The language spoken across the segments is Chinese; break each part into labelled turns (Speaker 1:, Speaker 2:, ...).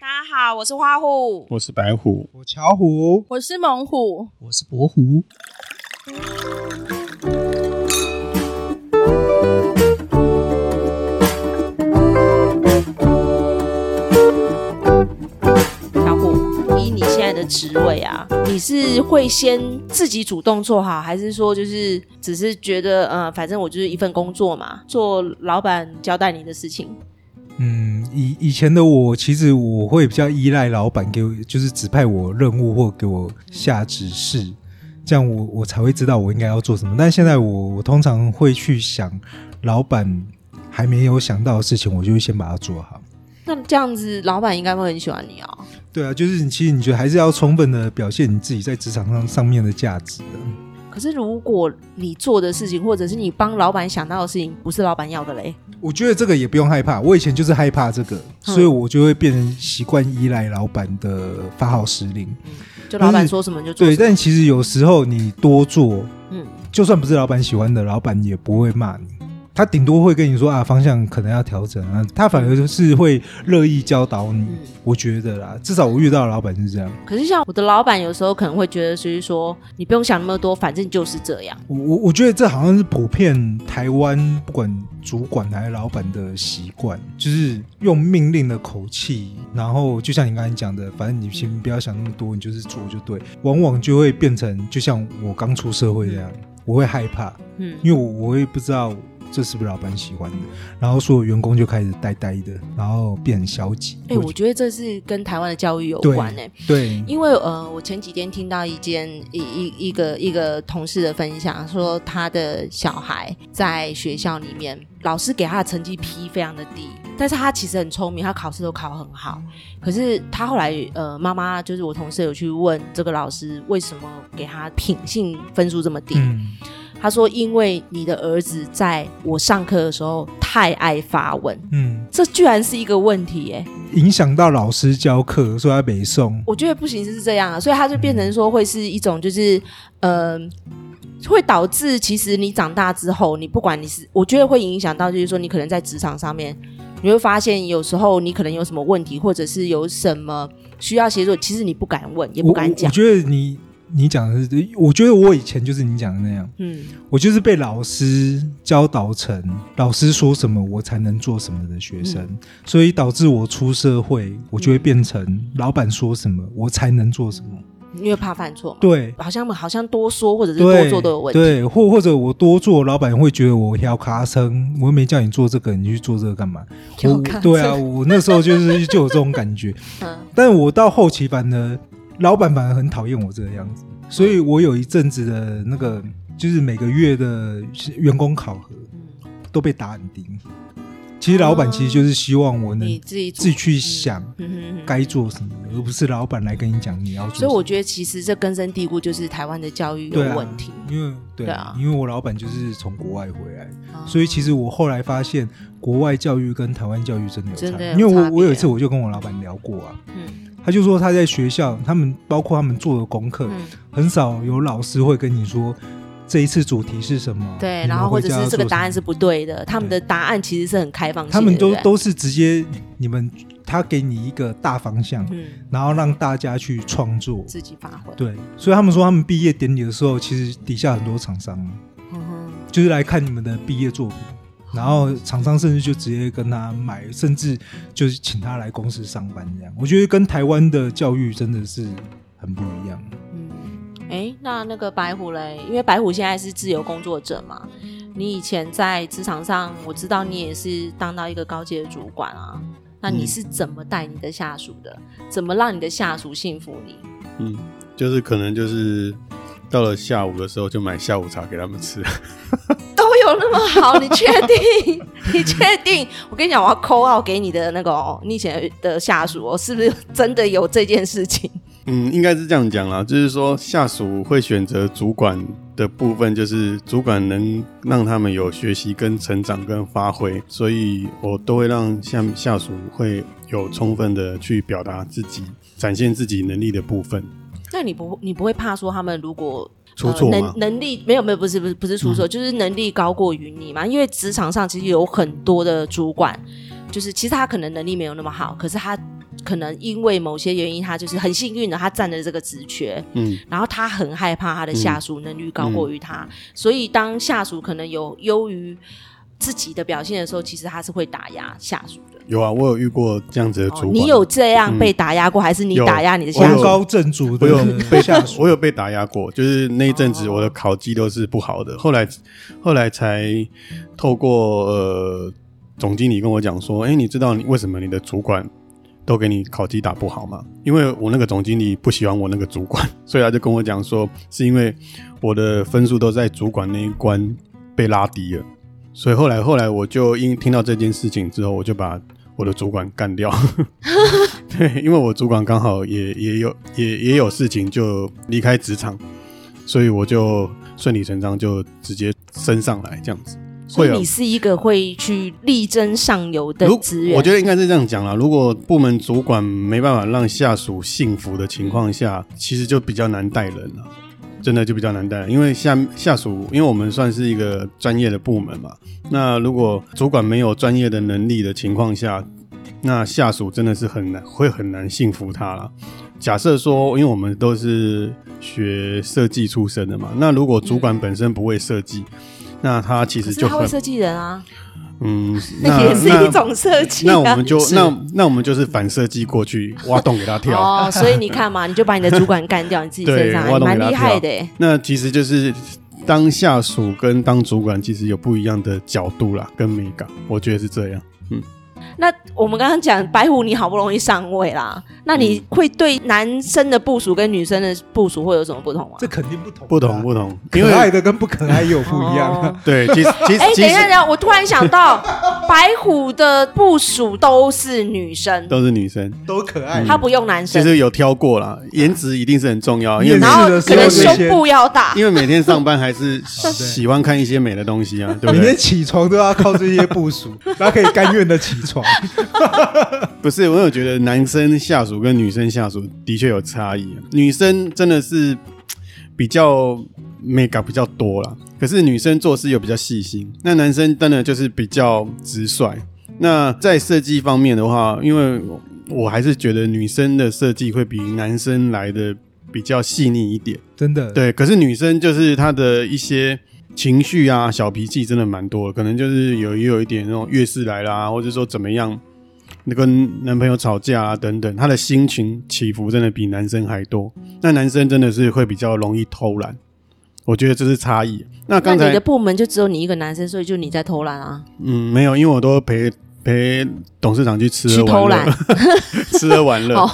Speaker 1: 大家好，我是花虎，
Speaker 2: 我是白虎，
Speaker 3: 我巧虎，
Speaker 1: 我是猛虎。
Speaker 3: 我是博虎。
Speaker 1: 小虎，以你现在的职位啊，你是会先自己主动做好，还是说就是只是觉得呃，反正我就是一份工作嘛，做老板交代你的事情？
Speaker 3: 嗯，以以前的我，其实我会比较依赖老板给我，就是指派我任务或给我下指示，这样我我才会知道我应该要做什么。但现在我我通常会去想，老板还没有想到的事情，我就会先把它做好。
Speaker 1: 那这样子，老板应该会很喜欢你哦。
Speaker 3: 对啊，就是你其实你觉得还是要充分的表现你自己在职场上上面的价值的。
Speaker 1: 可是如果你做的事情，或者是你帮老板想到的事情，不是老板要的嘞，
Speaker 3: 我觉得这个也不用害怕，我以前就是害怕这个，所以我就会变成习惯依赖老板的 发号施令。
Speaker 1: 就老板
Speaker 3: 不是
Speaker 1: 说什么你就做
Speaker 3: 对，
Speaker 1: 什么。
Speaker 3: 但其实有时候你多做，
Speaker 1: 嗯，
Speaker 3: 就算不是老板喜欢的，老板也不会骂你，他顶多会跟你说啊，方向可能要调整啊，他反而就是会乐意教导你。
Speaker 1: 嗯
Speaker 3: 我觉得啦，至少我遇到的老板是这样。
Speaker 1: 可是像我的老板，有时候可能会觉得，就是说你不用想那么多，反正就是这样。
Speaker 3: 我我我觉得这好像是普遍台湾不管主管还是老板的习惯，就是用命令的口气，然后就像你刚才讲的，反正你先不要想那么多，你就是做就对，往往就会变成就像我刚出社会这样，我会害怕，
Speaker 1: 嗯，
Speaker 3: 因为我我也不知道这是不是老板喜欢的，然后所有员工就开始呆呆的，然后变消极。
Speaker 1: 哎、我觉得这是跟台湾的教育有
Speaker 3: 对
Speaker 1: 关哎、
Speaker 3: 对，
Speaker 1: 因为呃，我前几天听到一件一一一个一个同事的分享，说他的小孩在学校里面，老师给他的成绩批非常的低，但是他其实很聪明，他考试都考很好。可是他后来呃，妈妈就是我同事有去问这个老师为什么给他品性分数这么低，
Speaker 3: 嗯，
Speaker 1: 他说因为你的儿子在我上课的时候太爱发问，
Speaker 3: 嗯，
Speaker 1: 这居然是一个问题欸耶、
Speaker 3: 影响到老师教课，说他北宋，
Speaker 1: 我觉得不行是这样啊，所以它就变成说会是一种就是，呃，会导致其实你长大之后，你不管你是，我觉得会影响到就是说你可能在职场上面，你会发现有时候你可能有什么问题，或者是有什么需要协助，其实你不敢问，也不敢
Speaker 3: 我我
Speaker 1: 讲
Speaker 3: 我，觉得你你讲的是，我觉得我以前就是你讲的那样，
Speaker 1: 嗯，
Speaker 3: 我就是被老师教导成老师说什么我才能做什么的学生，
Speaker 1: 嗯
Speaker 3: 所以导致我出社会，我就会变成老板说什么我才能做什么。
Speaker 1: 哦因为怕犯错嘛，
Speaker 3: 对
Speaker 1: 好像好像多说或者是多
Speaker 3: 对，
Speaker 1: 做都有问题，
Speaker 3: 对，或或者我多做，老板会觉得我要卡声，我又没叫你做这个，你去做这个干嘛？
Speaker 1: 挑
Speaker 3: 我
Speaker 1: 卡
Speaker 3: 对啊，我那时候就是就有这种感觉，
Speaker 1: 嗯
Speaker 3: 但我到后期反而老板反而很讨厌我这个样子，所以我有一阵子的那个就是每个月的员工考核都被打很低。其实老板其实就是希望我能
Speaker 1: 哦你自己主
Speaker 3: 自己去想
Speaker 1: 嗯哼哼
Speaker 3: 该做什么，而不是老板来跟你讲你要做什
Speaker 1: 所
Speaker 3: 么。
Speaker 1: 以我觉得其实这根深蒂固就是台湾的教育有
Speaker 3: 对啊
Speaker 1: 问题，
Speaker 3: 因为对
Speaker 1: 对啊
Speaker 3: 因为我老板就是从国外回来，
Speaker 1: 啊
Speaker 3: 所以其实我后来发现，国外教育跟台湾教育真的有
Speaker 1: 真
Speaker 3: 差。
Speaker 1: 的有
Speaker 3: 因为
Speaker 1: 差
Speaker 3: 我
Speaker 1: 别
Speaker 3: 我有一次我就跟我老板聊过啊，
Speaker 1: 嗯
Speaker 3: 他就说他在学校，他们包括他们做的功课，
Speaker 1: 嗯。
Speaker 3: 很少有老师会跟你说这一次主题是什么，
Speaker 1: 对，
Speaker 3: 你们
Speaker 1: 然后或
Speaker 3: 回
Speaker 1: 者
Speaker 3: 家
Speaker 1: 是
Speaker 3: 要
Speaker 1: 这个
Speaker 3: 做
Speaker 1: 答案
Speaker 3: 什
Speaker 1: 是
Speaker 3: 么
Speaker 1: 不对的，他们的答案其实是很开放性的，
Speaker 3: 他们
Speaker 1: 对
Speaker 3: 都
Speaker 1: 不对
Speaker 3: 都是直接你们他给你一个大方向，
Speaker 1: 嗯
Speaker 3: 然后让大家去创作。
Speaker 1: 自己发挥，
Speaker 3: 对，所以他们说他们毕业典礼的时候，其实底下很多厂商。啊
Speaker 1: 嗯哼
Speaker 3: 就是来看你们的毕业作品，然后厂商甚至就直接跟他买，甚至就是请他来公司上班这样。我觉得跟台湾的教育真的是很不一样。
Speaker 1: 嗯，哎，那那个白虎嘞，因为白虎现在是自由工作者嘛，你以前在职场上，我知道你也是当到一个高阶的主管啊，那你
Speaker 2: 嗯
Speaker 1: 是怎么带你的下属的？怎么让你的下属信服你？
Speaker 2: 嗯，就是可能就是到了下午的时候就买下午茶给他们吃，
Speaker 1: 都有那么好？你确定？ 你确定？我跟你讲，我要扣号给你的那个、哦、你以前的下属、哦，是不是真的有这件事情？
Speaker 2: 嗯，应该是这样讲啦，就是说下属会选择主管的部分，就是主管能让他们有学习、跟成长、跟发挥，所以我都会让下下属会有充分的去表达自己、展现自己能力的部分。
Speaker 1: 那你不你不会怕说他们如果
Speaker 2: 出错嗯
Speaker 1: 呃
Speaker 2: 嘛
Speaker 1: 能？能力没有没有不是不是不是出错，就是能力高过于你嘛。因为职场上其实有很多的主管，就是其实他可能能力没有那么好，可是他可能因为某些原因，他就是很幸运的，他占了这个职缺，
Speaker 2: 嗯
Speaker 1: 然后他很害怕他的下属能力高过于他，所以当下属可能有优于自己的表现的时候，其实他是会打压下属的。
Speaker 2: 有啊，我有遇过这样子的主
Speaker 1: 哦
Speaker 2: 管，
Speaker 1: 你有这样
Speaker 2: 嗯
Speaker 1: 被打压过，还是你
Speaker 2: 有
Speaker 1: 打压你的
Speaker 2: 我
Speaker 1: 下
Speaker 2: 有
Speaker 3: 功
Speaker 1: 属？
Speaker 3: 高震主
Speaker 2: 我有
Speaker 3: 的
Speaker 2: 被
Speaker 3: 下属，哦
Speaker 2: 我有被打压过，就是那一阵子我的考绩都是不好的，后来后来才透过呃总经理跟我讲说，哎、你知道你为什么你的主管都给你考绩打不好吗？因为我那个总经理不喜欢我那个主管，所以他就跟我讲说，是因为我的分数都在主管那一关被拉低了，所以后来后来我就因听到这件事情之后，我就把。我的主管干 掉，对，因为我主管刚好也也有也也有事情就离开职场，所以我就顺理成章就直接升上来这样子。
Speaker 1: 所以
Speaker 2: 会有啊
Speaker 1: 你是一个会去力争上游的
Speaker 2: 如
Speaker 1: 职员。
Speaker 2: 我觉得应该是这样讲啦。如果部门主管没办法让下属幸福的情况下，其实就比较难带人了。真的就比较难带人，因为下下属，因为我们算是一个专业的部门嘛。那如果主管没有专业的能力的情况下，那下属真的是很难，会很难信服他啦。假设说，因为我们都是学设计出身的嘛，那如果主管本身不会设计，那他其
Speaker 1: 嗯可
Speaker 2: 实
Speaker 1: 是
Speaker 2: 就
Speaker 1: 他会
Speaker 2: 很
Speaker 1: 设计人啊，
Speaker 2: 嗯，
Speaker 1: 那也是
Speaker 2: 那
Speaker 1: 一种设计
Speaker 2: 那我
Speaker 1: 啊
Speaker 2: 们。就是那那我们就是反射击过去，挖洞给他跳。
Speaker 1: 哦，所以你看嘛，你就把你的主管干掉，你 自己身上
Speaker 2: 对挖
Speaker 1: 还
Speaker 2: 洞
Speaker 1: 蛮
Speaker 2: 给他
Speaker 1: 厉害
Speaker 2: 跳
Speaker 1: 的欸。
Speaker 2: 那其实就是当下属跟当主管其实有不一样的角度啦，跟美感，我觉得是这样。
Speaker 1: 那我们刚刚讲白虎，你好不容易上位啦，那
Speaker 2: 嗯
Speaker 1: 你会对男生的部署跟女生的部署会有什么不同吗？
Speaker 3: 这肯定不同，啊
Speaker 2: 不同，不同，因
Speaker 3: 可爱
Speaker 2: 为
Speaker 3: 的跟不可爱又不一样啊。
Speaker 1: 哦。
Speaker 2: 对，其实其实
Speaker 1: 哎，
Speaker 2: 其
Speaker 1: 等一
Speaker 2: 实
Speaker 1: 下，等一下，我突然想 到，白虎的部署都是女生，
Speaker 2: 都是女生，
Speaker 3: 都可爱。啊
Speaker 1: 他不用男
Speaker 2: 其
Speaker 1: 生，
Speaker 2: 实有挑过啦，颜值一定是很重要，因为
Speaker 3: 面
Speaker 1: 然
Speaker 2: 每
Speaker 1: 后
Speaker 3: 试的时
Speaker 1: 可
Speaker 3: 候
Speaker 1: 能
Speaker 3: 那些
Speaker 1: 胸部要大，
Speaker 2: 因为每天上班还是喜欢看一些美的东西啊，对不
Speaker 3: 每天
Speaker 2: 对？
Speaker 3: 起床都要靠这些部署， 然后可以甘愿的起床。
Speaker 2: 不是，我有觉得男生下属跟女生下属的确有差异、啊，女生真的是比较 mega 比较多啦，可是女生做事又比较细心，那男生当然就是比较直率。那在设计方面的话，因为我我还是觉得女生的设计会比男生来的比较细腻一点。
Speaker 3: 真的，，
Speaker 2: 对，可是女生就是她的一些情绪啊、小脾气真的蛮多的，可能就是有也有一点那种月事来啦，或者说怎么样，那跟男朋友吵架啊等等，她的心情起伏真的比男生还多。那男生真的是会比较容易偷懒，我觉得这是差异。那
Speaker 1: 那
Speaker 2: 刚
Speaker 1: 你
Speaker 2: 才
Speaker 1: 的部门就只有你一个男生，所以就你在偷懒啊，
Speaker 2: 嗯没有，因为我都陪陪董事长去吃
Speaker 1: 去
Speaker 2: 喝
Speaker 1: 偷
Speaker 2: 玩
Speaker 1: 懒
Speaker 2: 乐，吃喝玩乐。
Speaker 1: 哦，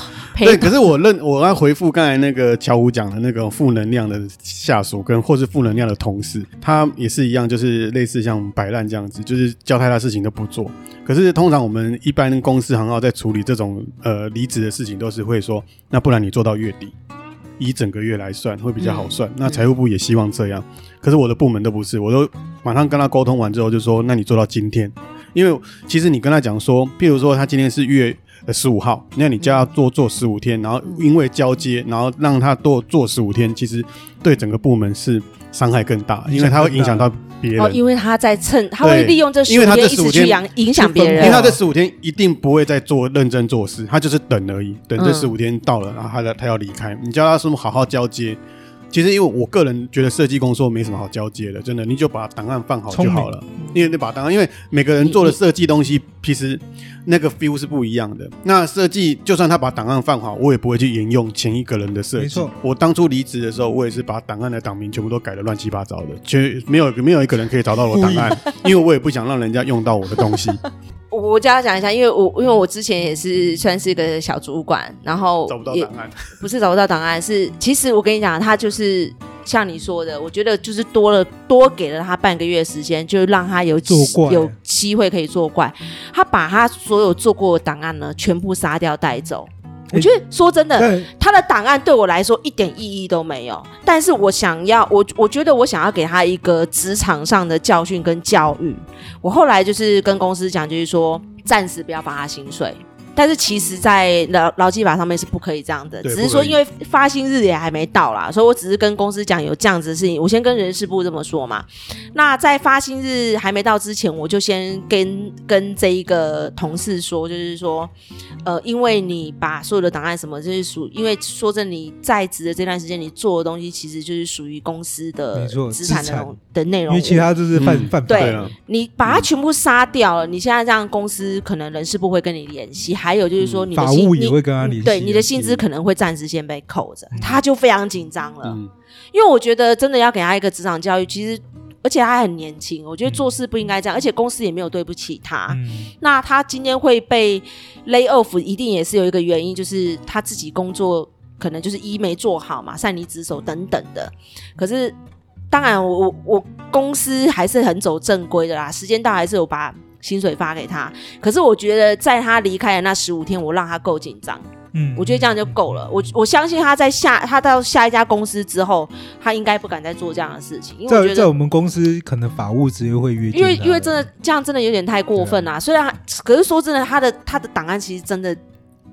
Speaker 1: 陪
Speaker 2: 对，可是我认我要回复刚才那个巧虎讲的那个负能量的下属跟或是负能量的同事，他也是一样，就是类似像摆烂这样子，就是交代他事情都不做。可是通常我们一般公司行号在处理这种呃离职的事情，都是会说，那不然你做到月底，以整个月来算会比较好算。那财务部也希望这样，可是我的部门都不是，我都马上跟他沟通完之后就说，那你做到今天，因为其实你跟他讲说，譬如说他今天是月十五号，那你叫他多做十五天，然后因为交接，然后让他多做十五天，其实对整个部门是伤害更大，因为他会影响到别人。
Speaker 1: 哦，因为他在趁，他会
Speaker 2: 对
Speaker 1: 利用这十
Speaker 2: 因为他
Speaker 1: 天
Speaker 2: 这
Speaker 1: 一直
Speaker 2: 15
Speaker 1: 去
Speaker 2: 天
Speaker 1: 影影响别
Speaker 2: 因为
Speaker 1: 人
Speaker 2: 他。这十五天一定不会再做认真做事，他就是等而已，等这
Speaker 1: 嗯
Speaker 2: 十五天到了，然后他的他要离开，你叫他什么好好交接。其实，因为我个人觉得设计工作没什么好交接的，真的，你就把档案放好就好了。因为你把档案，因为每个人做的设计东西，其实那个 feel 是不一样的。那设计，就算他把档案放好，我也不会去沿用前一个人的设
Speaker 3: 没
Speaker 2: 计
Speaker 3: 错。
Speaker 2: 我当初离职的时候，我也是把档案的档名全部都改得乱七八糟的，全没有没有一个人可以找到我 档案，因为我也不想让人家用到我的东西。
Speaker 1: 我我就要讲一下，因为我因为我之前也是算是一个小主管，然后
Speaker 2: 找不到
Speaker 1: 也
Speaker 2: 档案。
Speaker 1: 不是找不到档案，是其实我跟你讲，他就是像你说的，我觉得就是多了多给了他半个月时间，就让他有
Speaker 3: 作怪
Speaker 1: 有机会可以作怪。他把他所有做过的档案呢，全部杀掉带走。我觉得说真的，
Speaker 3: 但
Speaker 1: 他的档案对我来说一点意义都没有，但是我想要，我我觉得我想要给他一个职场上的教训跟教育。我后来就是跟公司讲，就是说暂时不要发他薪水，但是其实，在劳劳基法上面是不可以这样的，
Speaker 2: 对
Speaker 1: 只是说
Speaker 2: 不可以
Speaker 1: 因为发薪日也还没到啦，所以我只是跟公司讲有这样子的事情，我先跟人事部这么说嘛。那在发薪日还没到之前，我就先跟跟这一个同事说，就是说，呃，因为你把所有的档案什么，就是属，因为说真的，你在职的这段时间，你做的东西其实就是属于公司的
Speaker 3: 没错
Speaker 1: 资产
Speaker 3: 资
Speaker 1: 的
Speaker 3: 产
Speaker 1: 容的内
Speaker 3: 因
Speaker 1: 容物，
Speaker 3: 为其他就是犯、
Speaker 2: 嗯
Speaker 3: 犯法，
Speaker 2: 对
Speaker 1: 对
Speaker 2: 啊，
Speaker 1: 你把它全部杀掉了，你现在这样公司可能人事部会跟你联系，还有就是说你的
Speaker 3: 嗯法
Speaker 1: 薪
Speaker 3: 务
Speaker 1: 你
Speaker 3: 也会跟他联系。嗯
Speaker 1: 对你的薪资可能会暂时先被扣着，他就非常紧张了。
Speaker 2: 嗯，
Speaker 1: 因为我觉得真的要给他一个职场教育，其实而且他还很年轻，我觉得做事不应该这样，而且公司也没有对不起他。
Speaker 3: 嗯，
Speaker 1: 那他今天会被 lay off，一定也是有一个原因，就是他自己工作可能就是一没做好嘛，擅离职守等等的。可是当然我，我我公司还是很走正规的啦，时间到还是有把薪水发给他。可是我觉得在他离开的那十五天，我让他够紧张，
Speaker 3: 嗯，
Speaker 1: 我觉得这样就够了。我我相信他在下他到下一家公司之后，他应该不敢再做这样的事情，因为我觉得
Speaker 3: 在在我们公司可能法务职业会约见
Speaker 1: 因为
Speaker 3: 他
Speaker 1: 因为真的这样真的有点太过分啦、啊
Speaker 2: 啊
Speaker 1: 虽然他可是说真的，他的他的档案其实真的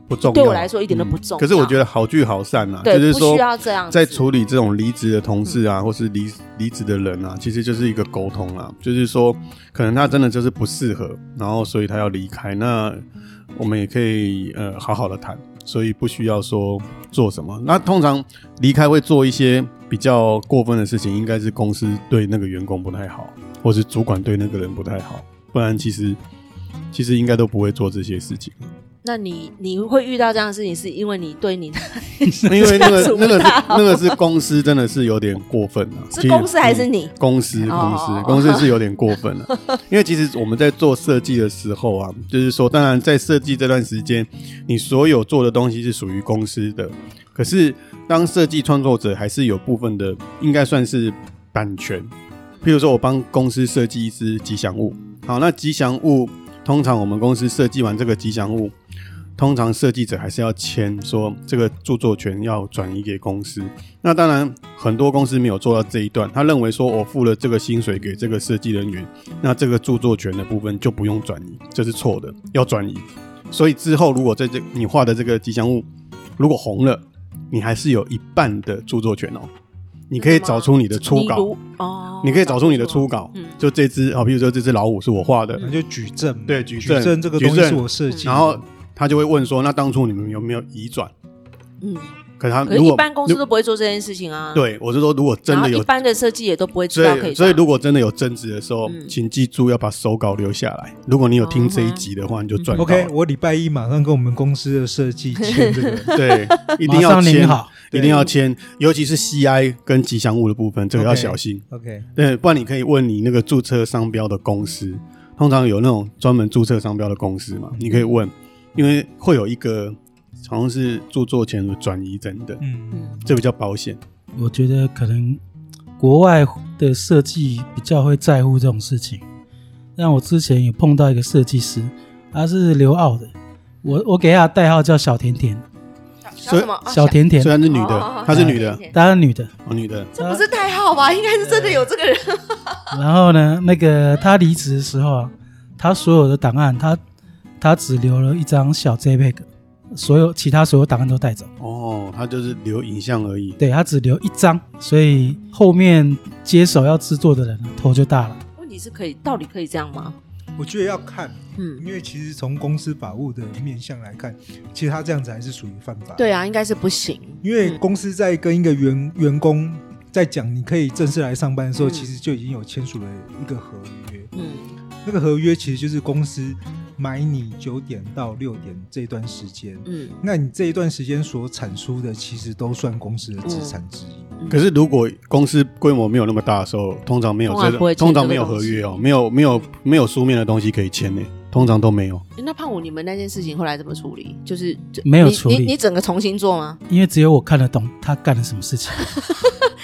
Speaker 2: 不重要，嗯
Speaker 1: 对我来说一点都不重要
Speaker 2: 可是我觉得好聚好散啊，
Speaker 1: 对、
Speaker 2: 就是
Speaker 1: 不
Speaker 2: 说
Speaker 1: 需要这样子嗯
Speaker 2: 在处理这种离职的同事啊，或是离离职的人啊，其实就是一个沟通啊，就是说可能他真的就是不适合，然后所以他要离开，那我们也可以呃好好的谈，所以不需要说做什么。那通常离开会做一些比较过分的事情，应该是公司对那个员工不太好，或是主管对那个人不太好，不然其实其实应该都不会做这些事情。
Speaker 1: 那你你会遇到这样的事情，是因为你对你的
Speaker 2: 因为那个
Speaker 1: 相处不
Speaker 2: 那个是
Speaker 1: 到
Speaker 2: 那个是公司，真的是有点过分了、
Speaker 1: 是公司还是你？
Speaker 2: 公司公司
Speaker 1: 哦
Speaker 2: 公司是有点过分了、 因为其实我们在做设计的时候啊，就是说，当然在设计这段时间，你所有做的东西是属于公司的，可是当设计创作者还是有部分的，应该算是版权。譬如说，我帮公司设计一只吉祥物，好，那吉祥物通常我们公司设计完这个吉祥物，通常设计者还是要签说这个著作权要转移给公司。那当然，很多公司没有做到这一段，他认为说我付了这个薪水给这个设计人员，那这个著作权的部分就不用转移，这是错的，要转移。所以之后如果在这你画的这个吉祥物如果红了，你还是有一半的著作权哦。你可以找出你的初
Speaker 1: 你
Speaker 2: 稿
Speaker 1: 如，哦，
Speaker 2: 你可以找出你的初稿
Speaker 1: 嗯，
Speaker 2: 就这只啊，比如说这只老虎是我画的，
Speaker 3: 那就举证嘛，
Speaker 2: 对举
Speaker 3: 举
Speaker 2: 证
Speaker 3: 这个东
Speaker 2: 举
Speaker 3: 西
Speaker 2: 证
Speaker 3: 是我设计的，
Speaker 2: 然后他就会问说，那当初你们有没有移转？
Speaker 1: 嗯，
Speaker 2: 可是他
Speaker 1: 可是
Speaker 2: 啊如果
Speaker 1: 一般公司
Speaker 2: 如
Speaker 1: 都不会做这件事情啊。，
Speaker 2: 对我是说，如果真
Speaker 1: 然后
Speaker 2: 的
Speaker 1: 一
Speaker 2: 有，
Speaker 1: 般的设计也都不会知
Speaker 2: 所
Speaker 1: 道可以
Speaker 2: 以
Speaker 1: 这
Speaker 2: 所
Speaker 1: 样。
Speaker 2: 以如果真的有争执的时候，
Speaker 1: 嗯
Speaker 2: 请记住要把手稿留下来。如果你有听这一
Speaker 1: 嗯哼
Speaker 2: 集的话，你就赚到了。
Speaker 3: OK，我礼拜一马上跟我们公司的设计 签这个，
Speaker 2: 对，一
Speaker 3: 一
Speaker 2: 定要签，
Speaker 3: 好，
Speaker 2: 一定要签，尤其是 CI 跟吉祥物的部分，这个要小心。
Speaker 3: OK，
Speaker 2: 对，不然你可以问你那个注册商标的公司，通常有那种专门注册商标的公司嘛，你可以问，因为会有一个好像是著作权的转移等等，
Speaker 3: 嗯，
Speaker 2: 这比较保险。
Speaker 4: 我觉得可能国外的设计比较会在乎这种事情。像我之前有碰到一个设计师，他是留澳的，我我给他的代号叫小甜甜，
Speaker 1: 小什么啊
Speaker 4: 小甜甜
Speaker 2: 虽，然是女
Speaker 1: 哦
Speaker 2: 的，她是女的
Speaker 1: 小，甜甜
Speaker 4: 她是女的。
Speaker 2: 哦，女的，
Speaker 1: 这不是代号吧？应该是真的有这个人。
Speaker 4: 然后呢，那个他离职的时候啊，他所有的档案，他他只留了一张小 JPEG，所有其他所有档案都带走。
Speaker 2: 哦，她就是留影像而已。
Speaker 4: 对他只留一张，所以后面接手要制作的人啊头就大了。
Speaker 1: 问题是可以，到底可以这样吗？
Speaker 3: 我觉得要看，
Speaker 1: 嗯，
Speaker 3: 因为其实从公司法务的面向来看，其实他这样子还是属于犯法。，
Speaker 1: 对啊，应该是不行。
Speaker 3: 因为公司在跟一个员员工在讲你可以正式来上班的时候，
Speaker 1: 嗯
Speaker 3: 其实就已经有签署了一个合约，
Speaker 1: 嗯
Speaker 3: 那个合约其实就是公司买你九点到六点这段时间。
Speaker 1: 嗯
Speaker 3: 那你这一段时间所产出的，其实都算公司的资产之一。
Speaker 1: 嗯，
Speaker 2: 可是如果公司规模没有那么大的时候，通常没有
Speaker 1: 通常
Speaker 2: 这
Speaker 1: 不会
Speaker 2: 个，
Speaker 1: 签
Speaker 2: 通常
Speaker 1: 这个
Speaker 2: 没有
Speaker 1: 东
Speaker 2: 合
Speaker 1: 西
Speaker 2: 约哦，没有没有没有书面的东西可以签呢，通常都没有。
Speaker 1: 诶那胖虎，你们那件事情后来怎么处理？就是这
Speaker 4: 没有
Speaker 1: 你
Speaker 4: 处理
Speaker 1: 你你整个重新做吗？
Speaker 4: 因为只有我看得懂他干了什么 事情，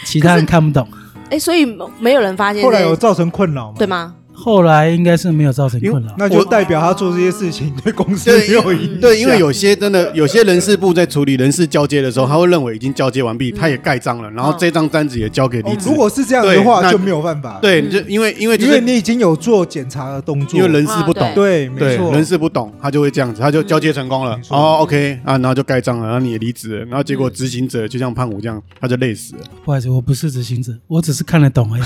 Speaker 4: 其他人看不懂。
Speaker 1: 哎，所以没有人发现这
Speaker 3: 后来
Speaker 1: 件。
Speaker 3: 有造成困扰吗？
Speaker 1: 对？吗？
Speaker 4: 后来应该是没有造成困扰。
Speaker 3: 那就代表他做这些事情对公司
Speaker 2: 哦对嗯
Speaker 3: 没有影响。
Speaker 2: 对，因为有些真的有些人事部在处理人事交接的时候，他会认为已经交接完
Speaker 1: 嗯
Speaker 2: 毕，他也盖章了，然后这张单子也交给离
Speaker 3: 哦
Speaker 2: 职。
Speaker 3: 如果是这样的
Speaker 2: 对
Speaker 3: 话，
Speaker 2: 那
Speaker 3: 就没有办法。，
Speaker 2: 对，就因为因为就
Speaker 3: 因
Speaker 2: 是
Speaker 3: 为你已经有做检查的动作，
Speaker 2: 因为人事不懂
Speaker 1: 啊，
Speaker 3: 对，
Speaker 2: 对
Speaker 3: 没错，
Speaker 2: 人事不懂，他就会这样子，他就交接成功了
Speaker 3: 没。错
Speaker 2: 哦，OK 啊，然后就盖章了，然后你也离职了，然后结果执行者就像胖虎这样，他就累死 了，
Speaker 4: 不好意思，我不是执行者，我只是看得懂而已。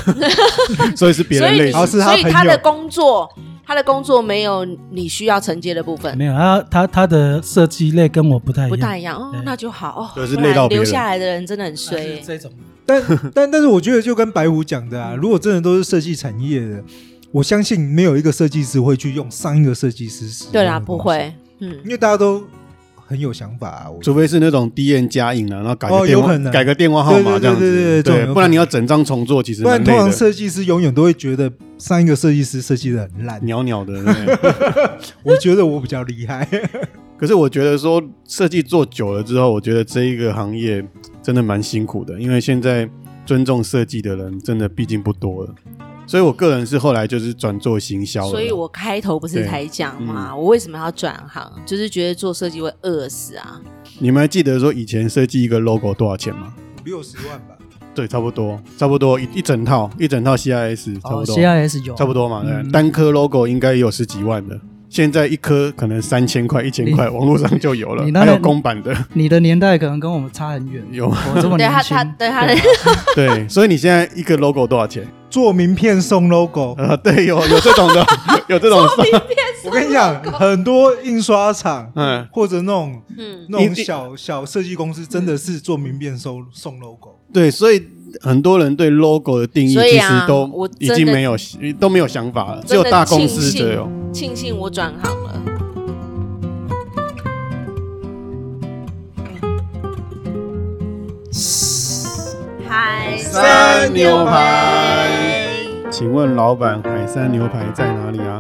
Speaker 2: 所哦以是别
Speaker 1: 所
Speaker 2: 人
Speaker 1: 以
Speaker 2: 累
Speaker 1: 你
Speaker 2: 死
Speaker 3: 然后。是他
Speaker 1: 所以他
Speaker 3: 朋友
Speaker 1: 的工作，他的工作没有你需要承接的部分，
Speaker 4: 没有，他他他的设计类跟我不太一样，
Speaker 1: 不太一样哦
Speaker 4: 对，
Speaker 1: 那就好哦。
Speaker 2: 就是
Speaker 1: 不然
Speaker 2: 累到别人
Speaker 1: 留下来的人真的很
Speaker 4: 他是
Speaker 1: 衰。
Speaker 4: 这种
Speaker 3: 但但但是，我觉得就跟白虎讲的
Speaker 2: 嗯
Speaker 3: 啊，如果真的都是设计产业的，我相信没有一个设计师会去用上一个设计师使用的
Speaker 1: 对啦，
Speaker 3: 东西
Speaker 1: 不，会，嗯
Speaker 3: 因，为大家都很有想法啊。我
Speaker 2: 除非是那种 D N 加印了，然后改
Speaker 3: 哦
Speaker 2: 个电
Speaker 3: 有可能
Speaker 2: 话，改个电话号码
Speaker 3: 对对对
Speaker 2: 这样
Speaker 3: 对对对
Speaker 2: 子，
Speaker 3: 这种有可能
Speaker 2: 不然你要整张重做，其实
Speaker 3: 不然
Speaker 2: 蛮累
Speaker 3: 通常
Speaker 2: 的，
Speaker 3: 设计师永远都会觉得上一个设计师设计的很烂。
Speaker 2: 袅袅的。对
Speaker 3: 我觉得我比较厉害，
Speaker 2: 可是我觉得说设计做久了之后，我觉得这一个行业真的蛮辛苦的，因为现在尊重设计的人真的毕竟不多了，所以我个人是后来就是转做行销了，
Speaker 1: 所以我开头不是才讲嘛，我为什么要转行？就是觉得做设计会饿死啊。
Speaker 2: 你们还记得说以前设计一个 logo 多少钱吗？
Speaker 3: 六十万吧。
Speaker 2: 对，差不多，差不多一一整套一整套 CIS，差
Speaker 5: 哦
Speaker 4: 哦
Speaker 2: 不多、
Speaker 5: ，CIS 有
Speaker 2: 差不多嘛。对
Speaker 5: 嗯
Speaker 2: 单颗 logo 应该也有十几万的，现在一颗可能三千块、一千块，网络上就有了
Speaker 5: 你，那
Speaker 2: 还有
Speaker 5: 个
Speaker 2: 公版的
Speaker 5: 你的年代可能跟我们差很远，
Speaker 2: 有。
Speaker 5: 我这么
Speaker 1: 对
Speaker 5: 年
Speaker 1: 他，
Speaker 5: 轻
Speaker 1: 他，对他的
Speaker 2: 对，所以你现在一个 logo 多少 钱？
Speaker 3: 做名片送 logo，
Speaker 2: 啊，对，有有这种的，有这种，
Speaker 3: 我跟你讲，很多印刷厂
Speaker 2: 嗯，
Speaker 3: 或者那种
Speaker 1: 嗯，
Speaker 3: 那种
Speaker 2: 你嗯
Speaker 3: 小小设计公司，真的是做名片收送 logo。
Speaker 2: 对，所以很多人对 logo 的定义
Speaker 1: 所以
Speaker 2: 其实
Speaker 1: 啊
Speaker 2: 都
Speaker 1: 我
Speaker 2: 已
Speaker 1: 真
Speaker 2: 经
Speaker 1: 的
Speaker 2: 没有都没有想法了，只有
Speaker 1: 真的
Speaker 2: 大公司
Speaker 1: 庆幸
Speaker 2: 才有。
Speaker 1: 庆幸我转行了。海
Speaker 2: 山牛排请问老板，海山牛排在哪里啊？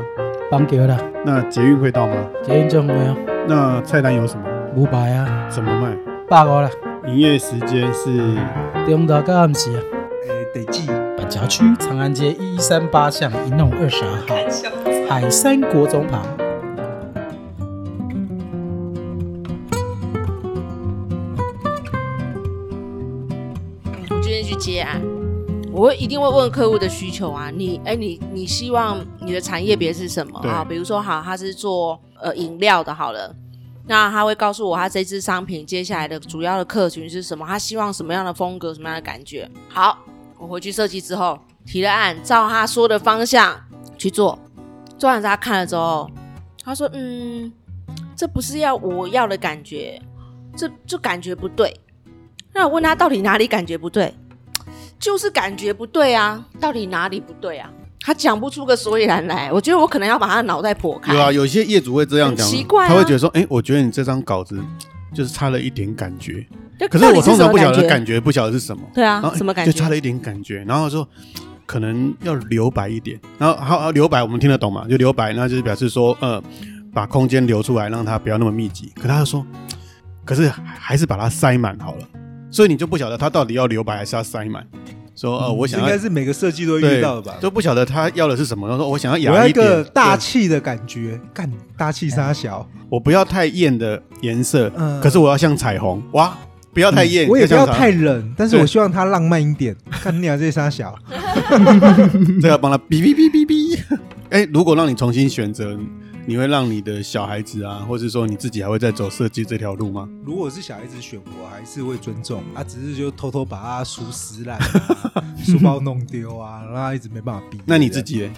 Speaker 4: 帮给啦，
Speaker 2: 那捷运会到吗？
Speaker 4: 捷运就没有
Speaker 2: 那菜单有什么？
Speaker 4: 啊五百啊，
Speaker 2: 怎么卖？
Speaker 4: 八五啦，
Speaker 2: 营业时间是
Speaker 4: 中到到暗时啊。
Speaker 3: 诶，哎得记。
Speaker 5: 板桥区长安街一三八巷一弄二十二号，海山国中旁。
Speaker 1: 我今天去接案，我会一定会问客户的需求啊。你哎，你你希望你的产业别是什么
Speaker 2: 对
Speaker 1: 啊？比如说，好，他是做呃饮料的，好了。那他会告诉我，他这支商品接下来的主要的客群是什么？他希望什么样的风格，什么样的感觉？好，我回去设计之后提了案，照他说的方向去做。做完之后他看了之后，他说：“嗯，这不是要我要的感觉，这这感觉不对。”那我问他到底哪里感觉不对，就是感觉不对啊，到底哪里不对啊？他讲不出个所以然来，我觉得我可能要把他的脑袋剖开。
Speaker 2: 有啊，有些业主会这样讲，
Speaker 1: 很奇怪啊
Speaker 2: 他会觉得说，哎、我觉得你这张稿子就是差了一点感觉，
Speaker 1: 对，
Speaker 2: 可是
Speaker 1: 到底
Speaker 2: 我
Speaker 1: 是
Speaker 2: 通
Speaker 1: 什
Speaker 2: 常
Speaker 1: 么
Speaker 2: 不晓
Speaker 1: 感
Speaker 2: 得
Speaker 1: 觉，
Speaker 2: 感觉不晓得是什么，
Speaker 1: 对
Speaker 2: 然后
Speaker 1: 啊，
Speaker 2: 诶
Speaker 1: 什么感
Speaker 2: 就
Speaker 1: 觉？
Speaker 2: 差了一点感觉，然后说可能要留白一点，然后好好留白我们听得懂嘛，就留白，那就是表示说，呃，把空间留出来，让它不要那么密集。可他又说，可是还是把它塞满好了，所以你就不晓得他到底要留白还是要塞满。说呃，我
Speaker 1: 嗯
Speaker 2: 想
Speaker 3: 应
Speaker 2: 要
Speaker 3: 该是每个设计都会
Speaker 2: 对，
Speaker 3: 遇到的吧？
Speaker 2: 都不晓得他要的是什么。他说我想要
Speaker 3: 我要
Speaker 2: 雅
Speaker 3: 一
Speaker 2: 一点，
Speaker 3: 个大
Speaker 2: 对
Speaker 3: 气的感觉，干大气沙小，
Speaker 2: 我不要太艳的颜色，
Speaker 3: 嗯
Speaker 2: 可是我要像彩虹，哇，不要太艳，
Speaker 3: 我也
Speaker 2: 就
Speaker 3: 不
Speaker 2: 像
Speaker 3: 要
Speaker 2: 彩虹
Speaker 3: 太冷，但是
Speaker 2: 对
Speaker 3: 我希望它浪漫一点。干你俩啊这沙小，
Speaker 2: 这个帮他哔哔哔哔 哔。哎，如果让你重新选择，你会让你的小孩子啊，或是说你自己还会再走设计这条路吗？
Speaker 3: 如果是小孩子选，我还是会尊重啊，只是就偷偷把他书撕 烂、啊，书包弄丢啊，让他一直没办法毕业。
Speaker 2: 那你自己嘞，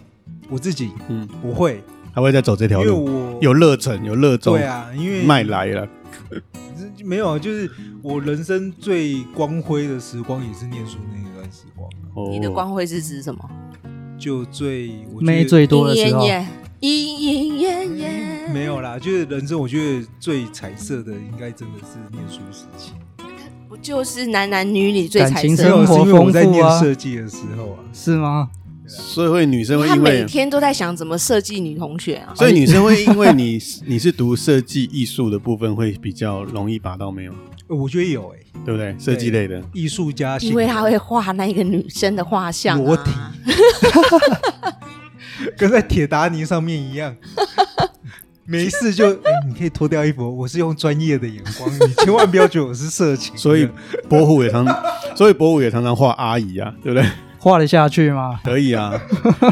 Speaker 3: 我自己
Speaker 2: 嗯，
Speaker 3: 不会，
Speaker 2: 还会再走这
Speaker 3: 因
Speaker 2: 条
Speaker 3: 为
Speaker 2: 路？
Speaker 3: 我
Speaker 2: 有热忱，有热衷，
Speaker 3: 对啊，因为
Speaker 2: 卖来了，
Speaker 3: 没有，啊就是我人生最光辉的时光也是念书那一段时光啊，
Speaker 2: 哦
Speaker 1: 你的光辉是指什么？
Speaker 3: 就最我觉
Speaker 5: 妹
Speaker 3: 得
Speaker 5: 最多的
Speaker 2: 啊
Speaker 1: 莺
Speaker 5: 时
Speaker 1: 莺
Speaker 5: 候，
Speaker 1: 燕，莺莺燕燕，
Speaker 3: 没有啦，就是人生我觉得最彩色的应该真的是念书时期，
Speaker 1: 不就是男男女女最
Speaker 5: 感
Speaker 1: 彩
Speaker 5: 情
Speaker 3: 没
Speaker 1: 色
Speaker 5: 生
Speaker 3: 有
Speaker 1: 吗？
Speaker 5: 活
Speaker 3: 是因为我在
Speaker 5: 丰富啊
Speaker 3: 念设计的时候啊，
Speaker 5: 是吗？
Speaker 2: 所以会女生会
Speaker 1: 他
Speaker 2: 因
Speaker 1: 每
Speaker 2: 为，
Speaker 1: 天都在想怎么设计女同学啊。
Speaker 2: 所以女生会因为你 你是读设计艺术的部分，会比较容易拔到没有，
Speaker 3: 呃我觉得有哎、
Speaker 2: 对不对？设计类的，
Speaker 3: 艺术家性
Speaker 1: 啊
Speaker 3: 格，
Speaker 1: 因为他会画那个女生的画像、啊，
Speaker 3: 裸体跟在铁达尼上面一样。没事就、哎你可以脱掉衣服，我是用专业的眼光，你千万不要觉得我是色情的。
Speaker 2: 所以伯虎也 常，所以伯虎也常常画阿姨啊，对不对？
Speaker 5: 画得下去吗？
Speaker 2: 可以啊，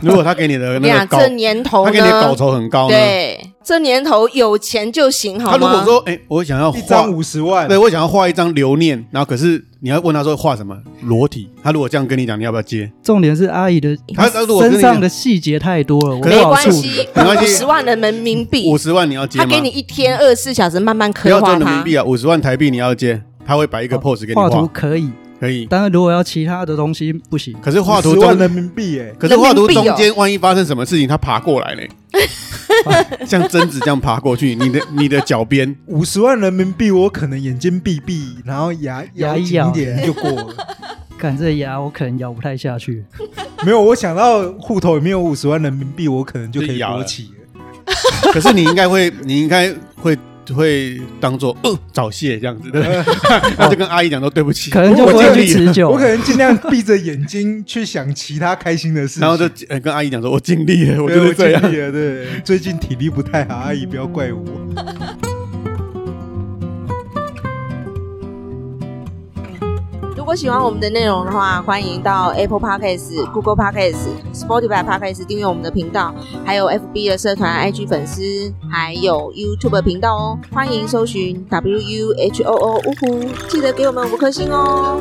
Speaker 2: 如果他给你的那
Speaker 1: 呀，
Speaker 2: 个稿，
Speaker 1: 这年头
Speaker 2: 他
Speaker 1: 呢，
Speaker 2: 给你的稿酬很高呢，
Speaker 1: 对，这年头有钱就行，好
Speaker 2: 他
Speaker 1: 吗？
Speaker 2: 如果说，哎、我想要
Speaker 3: 一张
Speaker 2: 画，
Speaker 3: 五十万，
Speaker 2: 对我想要画一张留念，然后可是你要问他说画什么裸体，他如果这样跟你讲，你要不要接？
Speaker 5: 重点是阿姨的
Speaker 2: 他他如果跟你
Speaker 5: 身上的细节太多了，我
Speaker 2: 可是
Speaker 1: 没
Speaker 5: 不好
Speaker 1: 关
Speaker 5: 处
Speaker 1: 系，
Speaker 2: 没关
Speaker 1: 五
Speaker 2: 系
Speaker 1: 十万人民币
Speaker 2: 五，十万你要接吗？
Speaker 1: 他给你一天二十四小时慢慢
Speaker 2: 不
Speaker 1: 刻
Speaker 2: 要
Speaker 1: 画
Speaker 2: 赚人民
Speaker 1: 它。
Speaker 2: 币啊，五十万台币你要接，他会摆一个 pose 给你
Speaker 5: 画
Speaker 2: 画，
Speaker 5: 图可以，
Speaker 2: 可以。
Speaker 5: 但是如果要其他的东西不行。
Speaker 2: 可是画图
Speaker 3: 10万
Speaker 2: 中，
Speaker 3: 人民币，哎，
Speaker 2: 可是画图中
Speaker 1: 人民
Speaker 2: 间万一发生什么事情，他爬过 来呢？像贞子这样爬过去，你的你的脚边，
Speaker 3: 五十万人民币，我可能眼睛闭闭，然后牙
Speaker 5: 牙
Speaker 3: 咬
Speaker 5: 一
Speaker 3: 紧
Speaker 5: 咬
Speaker 3: 一点就过了。
Speaker 5: 看这牙，我可能咬不太下 去。
Speaker 3: 没有，我想到户头里面有五十万人民币，我可能就可
Speaker 2: 就
Speaker 3: 以
Speaker 2: 咬
Speaker 3: 勃
Speaker 2: 了
Speaker 3: 起 了。
Speaker 2: 可是你应该会，你应该会会当做呃早泄这样子，对不 对？那就跟阿姨讲说对不起，
Speaker 5: 可能就
Speaker 2: 我
Speaker 5: 不
Speaker 2: 尽
Speaker 5: 会去
Speaker 2: 力了，
Speaker 5: 持久
Speaker 3: 我可。能尽量闭着眼睛去想其他开心的事情，
Speaker 2: 然后就呃跟阿姨讲说我尽力了，我
Speaker 3: 对
Speaker 2: 就是这样
Speaker 3: 尽。力了。对，最近体力不太好，阿姨不要怪我。
Speaker 1: 如果喜欢我们的内容的话，欢迎到 Apple Podcasts、Google Podcasts、Spotify Podcasts 订阅我们的频道，还有 FB 的社团、IG 粉丝，还有 YouTube 的频道哦。欢迎搜寻 W U H O O 呜呼，记得给我们五颗星哦。